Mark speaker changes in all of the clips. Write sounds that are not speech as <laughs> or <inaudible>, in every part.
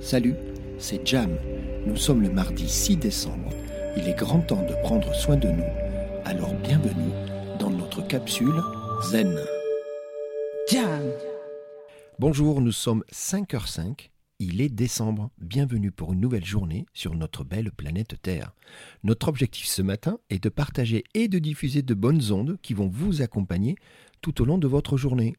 Speaker 1: Salut, c'est Jam. Nous sommes le mardi 6 décembre. Il est grand temps de prendre soin de nous. Alors bienvenue dans notre capsule Zen.
Speaker 2: Jam,
Speaker 1: Bonjour, nous sommes 5h05. Il est décembre. Bienvenue pour une nouvelle journée sur notre belle planète Terre. Notre objectif ce matin est de partager et de diffuser de bonnes ondes qui vont vous accompagner tout au long de votre journée.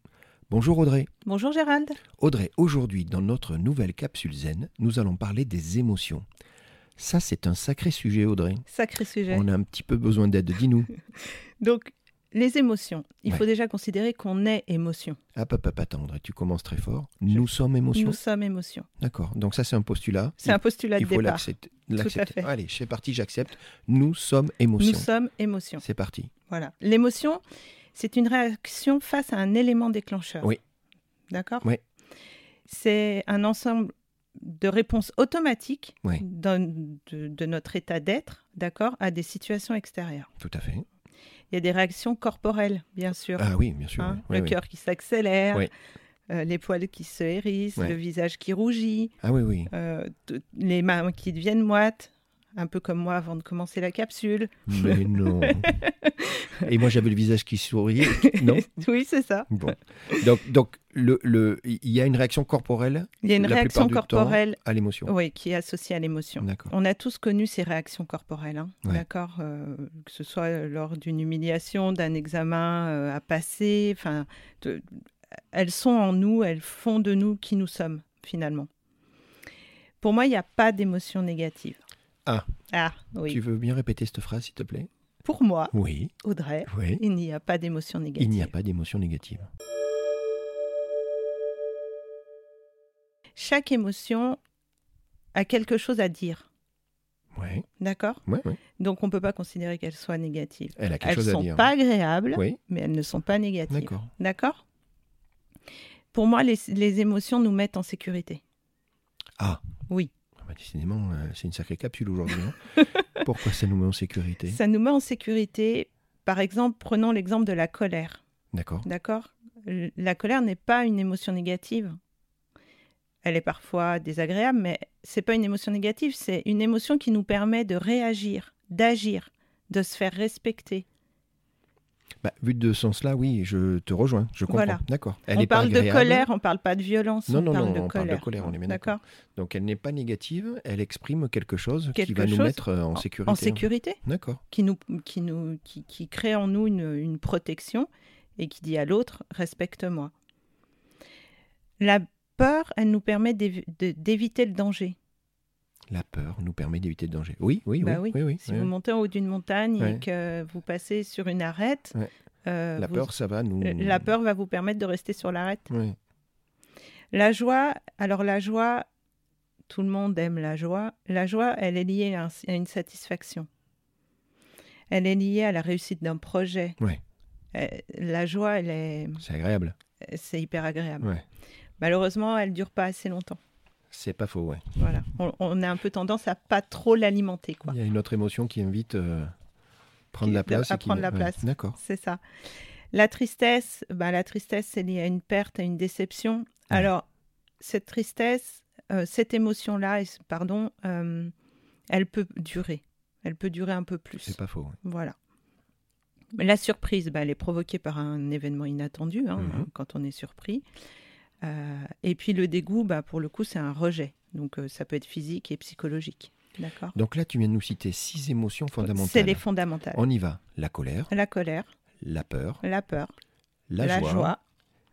Speaker 1: Bonjour Audrey.
Speaker 3: Bonjour Gérald.
Speaker 1: Audrey, aujourd'hui dans notre nouvelle capsule zen, nous allons parler des émotions. Ça, c'est un sacré sujet, Audrey.
Speaker 3: Sacré sujet.
Speaker 1: On a un petit peu besoin d'aide,
Speaker 3: <laughs>
Speaker 1: dis-nous.
Speaker 3: Donc, les émotions. Il
Speaker 1: Ouais.
Speaker 3: faut déjà considérer qu'on est émotion.
Speaker 1: Ah, papa, attends, Audrey, tu commences très fort. Nous sommes émotions.
Speaker 3: Nous sommes émotion.
Speaker 1: D'accord. Donc ça, c'est un postulat.
Speaker 3: C'est un postulat
Speaker 1: Il
Speaker 3: de
Speaker 1: faut
Speaker 3: départ.
Speaker 1: l'accepter.
Speaker 3: à
Speaker 1: l'accepter.
Speaker 3: fait.
Speaker 1: Allez, c'est parti, j'accepte. Nous sommes
Speaker 3: Nous
Speaker 1: émotions.
Speaker 3: sommes émotion.
Speaker 1: C'est parti.
Speaker 3: Voilà. L'émotion, c'est une réaction face à un élément déclencheur.
Speaker 1: Oui.
Speaker 3: D'accord
Speaker 1: Oui.
Speaker 3: C'est un ensemble de réponses automatiques
Speaker 1: Oui.
Speaker 3: d'un- de, de notre état d'être, d'accord, à des situations extérieures.
Speaker 1: Tout à fait.
Speaker 3: Il y a des réactions corporelles, bien sûr.
Speaker 1: Ah oui, bien sûr.
Speaker 3: hein.
Speaker 1: oui,
Speaker 3: le
Speaker 1: oui.
Speaker 3: cœur qui s'accélère,
Speaker 1: Oui.
Speaker 3: euh, les poils qui se hérissent,
Speaker 1: Ouais.
Speaker 3: le visage qui rougit,
Speaker 1: Ah oui, oui.
Speaker 3: euh, t- les mains qui deviennent moites, un peu comme moi avant de commencer la capsule. <laughs>
Speaker 1: Mais non. Et moi, j'avais le visage qui souriait. Non.
Speaker 3: oui, c'est ça. <laughs>
Speaker 1: Bon. Donc, donc le, le, il y a une réaction corporelle
Speaker 3: Il y a une
Speaker 1: La plupart
Speaker 3: réaction
Speaker 1: du temps,
Speaker 3: corporelle
Speaker 1: à l'émotion.
Speaker 3: oui, qui est associée à l'émotion.
Speaker 1: D'accord.
Speaker 3: On a tous connu ces réactions corporelles, hein,
Speaker 1: Ouais.
Speaker 3: d'accord euh, Que ce soit lors d'une humiliation, d'un examen euh, à passer, enfin, de- elles sont en nous, elles font de nous qui nous sommes finalement. Pour moi, il n'y a pas d'émotion négative.
Speaker 1: Ah.
Speaker 3: Ah, oui.
Speaker 1: Tu veux bien répéter cette phrase, s'il te plaît
Speaker 3: Pour moi,
Speaker 1: Oui.
Speaker 3: Audrey,
Speaker 1: Oui.
Speaker 3: il n'y a pas d'émotion négative.
Speaker 1: Il n'y a pas d'émotion négative.
Speaker 3: chaque émotion a quelque chose à dire,
Speaker 1: Oui.
Speaker 3: d'accord
Speaker 1: Oui, oui.
Speaker 3: Donc on ne peut pas considérer qu'elles soient négatives.
Speaker 1: Elle a quelque
Speaker 3: Elles ne
Speaker 1: chose à
Speaker 3: sont
Speaker 1: dire.
Speaker 3: pas agréables,
Speaker 1: Oui.
Speaker 3: mais elles ne sont pas négatives.
Speaker 1: D'accord.
Speaker 3: D'accord Pour moi, les, les émotions nous mettent en sécurité.
Speaker 1: Ah.
Speaker 3: Oui.
Speaker 1: Ah bah, décidément, euh, c'est une sacrée capsule aujourd'hui.
Speaker 3: <laughs>
Speaker 1: hein. Pourquoi ça nous met en sécurité
Speaker 3: Ça nous met en sécurité. Par exemple, prenons l'exemple de la colère.
Speaker 1: D'accord.
Speaker 3: D'accord L- La colère n'est pas une émotion négative. Elle est parfois désagréable, mais c'est pas une émotion négative, c'est une émotion qui nous permet de réagir, d'agir, de se faire respecter.
Speaker 1: Bah, vu de ce sens-là, oui, je te rejoins. Je comprends.
Speaker 3: Voilà.
Speaker 1: D'accord. Elle
Speaker 3: on
Speaker 1: n'est pas
Speaker 3: parle de
Speaker 1: agréable.
Speaker 3: colère, on parle pas de violence.
Speaker 1: Non, non,
Speaker 3: on parle
Speaker 1: non,
Speaker 3: de
Speaker 1: on parle
Speaker 3: colère.
Speaker 1: de colère, on est bien
Speaker 3: d'accord.
Speaker 1: Donc elle n'est pas négative, elle exprime quelque chose qui
Speaker 3: Quelque
Speaker 1: va nous
Speaker 3: chose
Speaker 1: mettre euh, en sécurité.
Speaker 3: En sécurité,
Speaker 1: D'accord.
Speaker 3: qui nous, qui nous, qui, qui crée en nous une, une protection et qui dit à l'autre respecte-moi. La peur, elle nous permet d'évi- de- d'éviter le danger.
Speaker 1: La peur nous permet d'éviter le danger. Oui, oui,
Speaker 3: Bah
Speaker 1: oui, oui,
Speaker 3: oui,
Speaker 1: oui,
Speaker 3: Si
Speaker 1: oui.
Speaker 3: vous montez en haut d'une montagne
Speaker 1: Ouais.
Speaker 3: et que vous passez sur une arête,
Speaker 1: Ouais.
Speaker 3: euh,
Speaker 1: La
Speaker 3: vous-
Speaker 1: peur, ça va nous.
Speaker 3: la peur va vous permettre de rester sur l'arête.
Speaker 1: Oui.
Speaker 3: La joie, alors la joie, tout le monde aime la joie. La joie, elle est liée à, un- à une satisfaction. Elle est liée à la réussite d'un projet.
Speaker 1: Ouais.
Speaker 3: Euh, La joie, elle est,
Speaker 1: C'est agréable.
Speaker 3: c'est hyper agréable.
Speaker 1: Ouais.
Speaker 3: Malheureusement, elle dure pas assez longtemps.
Speaker 1: C'est pas faux, ouais.
Speaker 3: Voilà. On, on a un peu tendance à pas trop l'alimenter, quoi.
Speaker 1: Il y a une autre émotion qui invite euh, prendre
Speaker 3: Qui-
Speaker 1: la place.
Speaker 3: à
Speaker 1: et qui-
Speaker 3: prendre la
Speaker 1: ouais,
Speaker 3: place.
Speaker 1: D'accord.
Speaker 3: C'est ça. La tristesse, bah, la tristesse, c'est lié à une perte, à une déception. Alors, cette tristesse, euh, cette émotion-là, et ce- pardon, euh, elle peut durer. Elle peut durer un peu plus.
Speaker 1: C'est pas faux. ouais.
Speaker 3: Voilà. Mais La surprise, bah, elle est provoquée par un événement inattendu, hein,
Speaker 1: Mhm.
Speaker 3: quand on est surpris. Euh, et puis le dégoût, bah, pour le coup, c'est un rejet. Donc, euh, ça peut être physique et psychologique. D'accord
Speaker 1: Donc là, tu viens de nous citer six émotions fondamentales.
Speaker 3: C'est les fondamentales.
Speaker 1: On y va. La colère,
Speaker 3: La colère,
Speaker 1: la peur,
Speaker 3: la peur,
Speaker 1: la,
Speaker 3: la,
Speaker 1: joie,
Speaker 3: joie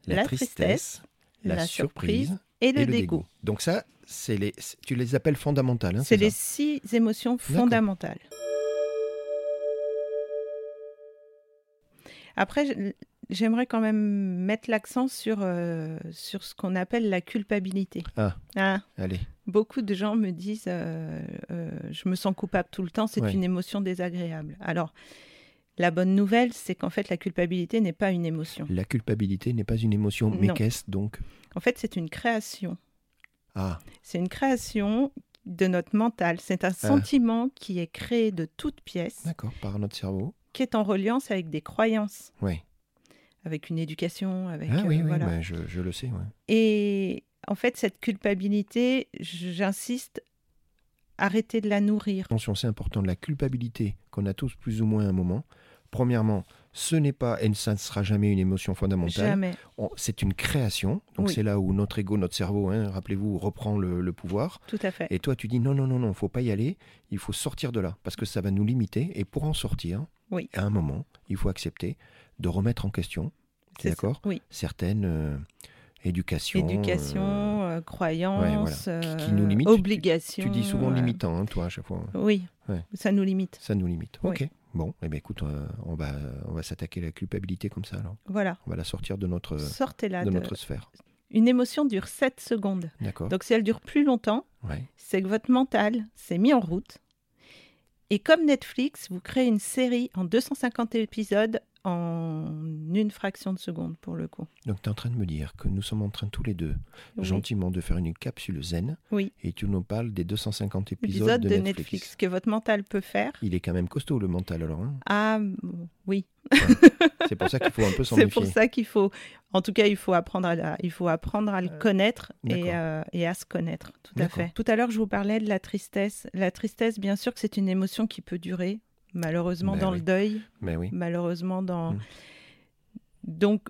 Speaker 1: la,
Speaker 3: la
Speaker 1: tristesse, la,
Speaker 3: la
Speaker 1: surprise,
Speaker 3: surprise et
Speaker 1: et
Speaker 3: le, dégoût.
Speaker 1: Donc ça, c'est les, c'est- tu les appelles fondamentales. hein,
Speaker 3: c'est les
Speaker 1: ça
Speaker 3: six émotions
Speaker 1: D'accord.
Speaker 3: fondamentales. Après, je- j'aimerais quand même mettre l'accent sur, euh, sur ce qu'on appelle la culpabilité.
Speaker 1: Ah.
Speaker 3: Hein,
Speaker 1: Allez,
Speaker 3: beaucoup de gens me disent euh, euh, Je me sens coupable tout le temps, c'est
Speaker 1: Ouais.
Speaker 3: une émotion désagréable. Alors, la bonne nouvelle, c'est qu'en fait, la culpabilité n'est pas une émotion.
Speaker 1: la culpabilité n'est pas une émotion, mais
Speaker 3: Non.
Speaker 1: qu'est-ce donc
Speaker 3: En fait, c'est une création.
Speaker 1: Ah,
Speaker 3: C'est une création de notre mental. C'est un sentiment qui est créé de toutes pièces.
Speaker 1: d'accord, par notre cerveau.
Speaker 3: qui est en reliance avec des croyances,
Speaker 1: Oui.
Speaker 3: avec une éducation, avec
Speaker 1: Ah
Speaker 3: euh,
Speaker 1: oui, oui,
Speaker 3: voilà.
Speaker 1: ben, je, je le sais. ouais.
Speaker 3: Et en fait, cette culpabilité, j'insiste, arrêtez de la nourrir.
Speaker 1: Attention, c'est important, la culpabilité qu'on a tous plus ou moins à un moment. Premièrement, ce n'est pas et ça ne sera jamais une émotion fondamentale.
Speaker 3: Jamais.
Speaker 1: On- C'est une création, donc
Speaker 3: Oui.
Speaker 1: c'est là où notre ego, notre cerveau, hein, rappelez-vous, reprend le, le pouvoir.
Speaker 3: Tout à fait.
Speaker 1: Et toi, tu dis non, non, non, non, faut pas y aller, il faut sortir de là, parce que ça va nous limiter. Et pour en sortir,
Speaker 3: Oui.
Speaker 1: à un moment, il faut accepter de remettre en question
Speaker 3: C'est ça.
Speaker 1: d'accord
Speaker 3: Oui.
Speaker 1: certaines euh, éducations. euh,
Speaker 3: Éducation, euh, croyances,
Speaker 1: Qui- qui nous limite, tu- tu-
Speaker 3: obligations.
Speaker 1: tu dis souvent
Speaker 3: euh,
Speaker 1: limitant, hein, toi, à chaque fois.
Speaker 3: Oui,
Speaker 1: Ouais.
Speaker 3: ça nous limite.
Speaker 1: Ça nous limite.
Speaker 3: Oui.
Speaker 1: Ok. Bon, eh ben, écoute, euh, on va, on va s'attaquer à la culpabilité comme ça. Alors,
Speaker 3: Voilà.
Speaker 1: on va la sortir de notre,
Speaker 3: Sortez-la.
Speaker 1: Euh, de
Speaker 3: de-
Speaker 1: notre sphère.
Speaker 3: Une émotion dure 7 secondes.
Speaker 1: D'accord.
Speaker 3: Donc si elle dure plus longtemps,
Speaker 1: Ouais.
Speaker 3: c'est que votre mental s'est mis en route. Et comme Netflix, vous créez une série en 250 épisodes en une fraction de seconde pour le coup.
Speaker 1: Donc, tu es en train de me dire que nous sommes en train tous les deux,
Speaker 3: Oui.
Speaker 1: gentiment, de faire une capsule zen.
Speaker 3: Oui.
Speaker 1: Et tu nous parles des 250 épisodes
Speaker 3: Épisode
Speaker 1: de, Netflix.
Speaker 3: que votre mental peut faire.
Speaker 1: Il est quand même costaud, le mental, alors. hein.
Speaker 3: Ah bon, oui,
Speaker 1: C'est pour ça qu'il faut un
Speaker 3: <laughs>
Speaker 1: peu s'en
Speaker 3: c'est pour
Speaker 1: méfier.
Speaker 3: ça qu'il faut, en tout cas, il faut apprendre à, la- il faut apprendre à le connaître et,
Speaker 1: d'accord.
Speaker 3: euh, et à se connaître. Tout à
Speaker 1: D'accord.
Speaker 3: fait. Tout à l'heure, je vous parlais de la tristesse. La tristesse, bien sûr, que c'est une émotion qui peut durer, malheureusement,
Speaker 1: Ben
Speaker 3: dans
Speaker 1: oui.
Speaker 3: le deuil.
Speaker 1: Mais oui.
Speaker 3: malheureusement dans
Speaker 1: Mm.
Speaker 3: donc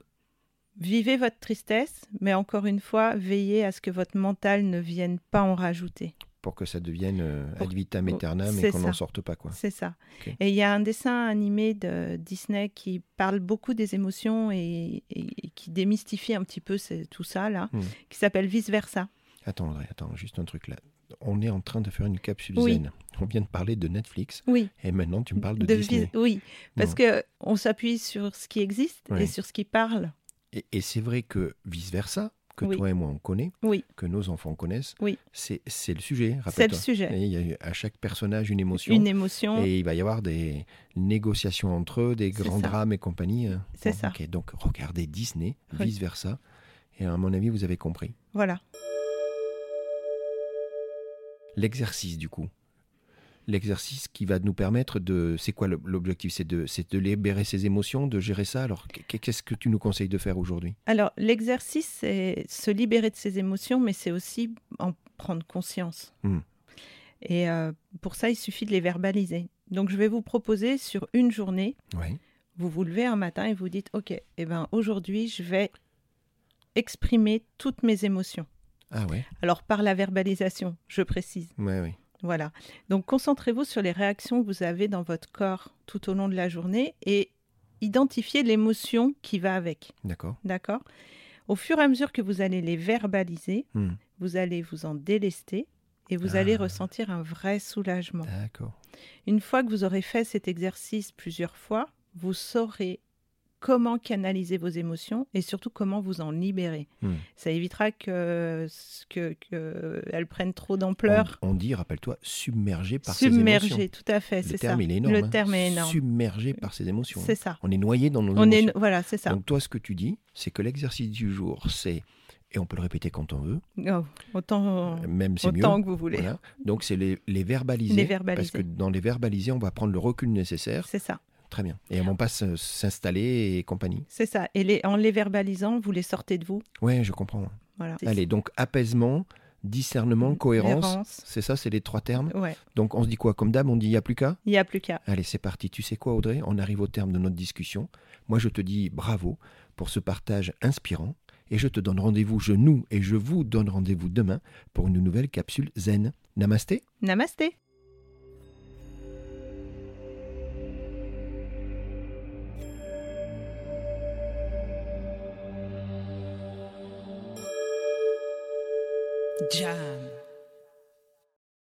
Speaker 3: vivez votre tristesse mais encore une fois veillez à ce que votre mental ne vienne pas en rajouter
Speaker 1: Pour que ça devienne euh, ad
Speaker 3: Pour-
Speaker 1: vitam
Speaker 3: pour-
Speaker 1: aeternam et
Speaker 3: c'est
Speaker 1: qu'on n'en
Speaker 3: ça.
Speaker 1: sorte pas, quoi.
Speaker 3: c'est ça
Speaker 1: Ok.
Speaker 3: et il y a un dessin animé de Disney qui parle beaucoup des émotions et, et- et qui démystifie un petit peu ce- tout ça là
Speaker 1: Mm.
Speaker 3: qui s'appelle vice versa
Speaker 1: Attends, Audrey, attends, juste un truc là. On est en train de faire une capsule
Speaker 3: Oui.
Speaker 1: zen. On vient de parler de Netflix
Speaker 3: oui
Speaker 1: et maintenant tu me parles de,
Speaker 3: de
Speaker 1: Disney.
Speaker 3: vis- oui parce
Speaker 1: Non.
Speaker 3: que on s'appuie sur ce qui existe
Speaker 1: Oui.
Speaker 3: et sur ce qui parle
Speaker 1: Et, et c'est vrai que vice-versa, que
Speaker 3: Oui.
Speaker 1: toi et moi on connaît,
Speaker 3: Oui.
Speaker 1: que nos enfants connaissent,
Speaker 3: Oui.
Speaker 1: c'est c'est le sujet,
Speaker 3: c'est le
Speaker 1: rappelle-toi.
Speaker 3: sujet
Speaker 1: Et Il y a eu à chaque personnage une émotion.
Speaker 3: une émotion
Speaker 1: Et il va y avoir des négociations entre eux, des
Speaker 3: C'est
Speaker 1: grands
Speaker 3: ça.
Speaker 1: drames et compagnie. hein.
Speaker 3: C'est ça.
Speaker 1: ok, donc regardez Disney,
Speaker 3: Oui.
Speaker 1: vice-versa. Et à mon avis, vous avez compris.
Speaker 3: voilà
Speaker 1: L'exercice, du coup. L'exercice qui va nous permettre de. C'est quoi le- l'objectif C'est de, c'est de libérer ses émotions, de gérer ça. Alors, qu'est- qu'est-ce que tu nous conseilles de faire aujourd'hui
Speaker 3: Alors, l'exercice, c'est se libérer de ses émotions, mais c'est aussi en prendre conscience.
Speaker 1: Hmm.
Speaker 3: Et euh, pour ça, il suffit de les verbaliser. Donc, je vais vous proposer sur une journée,
Speaker 1: Oui.
Speaker 3: vous vous levez un matin et vous dites, OK, eh ben, aujourd'hui, je vais exprimer toutes mes émotions.
Speaker 1: Ah ouais
Speaker 3: Alors, par la verbalisation, je précise.
Speaker 1: Ouais, oui.
Speaker 3: Voilà. Donc concentrez-vous sur les réactions que vous avez dans votre corps tout au long de la journée et identifiez l'émotion qui va avec.
Speaker 1: D'accord.
Speaker 3: D'accord Au fur et à mesure que vous allez les verbaliser,
Speaker 1: Hmm.
Speaker 3: vous allez vous en délester et vous
Speaker 1: Ah.
Speaker 3: allez ressentir un vrai soulagement.
Speaker 1: D'accord.
Speaker 3: Une fois que vous aurez fait cet exercice plusieurs fois, vous saurez comment canaliser vos émotions et surtout comment vous en libérer.
Speaker 1: Hmm.
Speaker 3: Ça évitera que, que, que elles prennent trop
Speaker 1: On,
Speaker 3: d'ampleur.
Speaker 1: on dit, rappelle-toi, submergé par ses émotions.
Speaker 3: Submergé, tout à fait,
Speaker 1: Le
Speaker 3: c'est
Speaker 1: terme,
Speaker 3: ça.
Speaker 1: il est énorme.
Speaker 3: Le
Speaker 1: hein.
Speaker 3: terme est énorme.
Speaker 1: Submergé par ses émotions. hein.
Speaker 3: C'est ça.
Speaker 1: On est noyé dans nos
Speaker 3: On
Speaker 1: émotions.
Speaker 3: est, voilà, c'est ça.
Speaker 1: Donc, toi, ce que tu dis, c'est que l'exercice du jour, c'est. Et on peut le répéter quand on veut,
Speaker 3: Oh, autant
Speaker 1: même euh, c'est mieux.
Speaker 3: autant que vous voulez.
Speaker 1: Voilà. Donc, c'est les, les verbaliser.
Speaker 3: Les verbaliser.
Speaker 1: Parce que dans les verbaliser, on va prendre le recul nécessaire.
Speaker 3: C'est ça.
Speaker 1: Très bien. Et on passe euh, s'installer et compagnie.
Speaker 3: C'est ça. Et les- en les verbalisant, vous les sortez de vous.
Speaker 1: Ouais, je comprends.
Speaker 3: Voilà.
Speaker 1: Allez, donc apaisement,
Speaker 3: Mmh.
Speaker 1: discernement, cohérence. C'est ça, c'est les trois termes.
Speaker 3: Ouais.
Speaker 1: Donc on se dit quoi Comme d'hab, on dit il n'y a plus qu'à
Speaker 3: Il n'y a plus qu'à.
Speaker 1: Allez, c'est parti. Tu sais quoi, Audrey On arrive au terme de notre discussion. Moi, je te dis bravo pour ce partage inspirant. Et je te donne rendez-vous, je nous et je vous donne rendez-vous demain pour une nouvelle capsule zen. Namasté
Speaker 3: Namasté.
Speaker 2: Jam.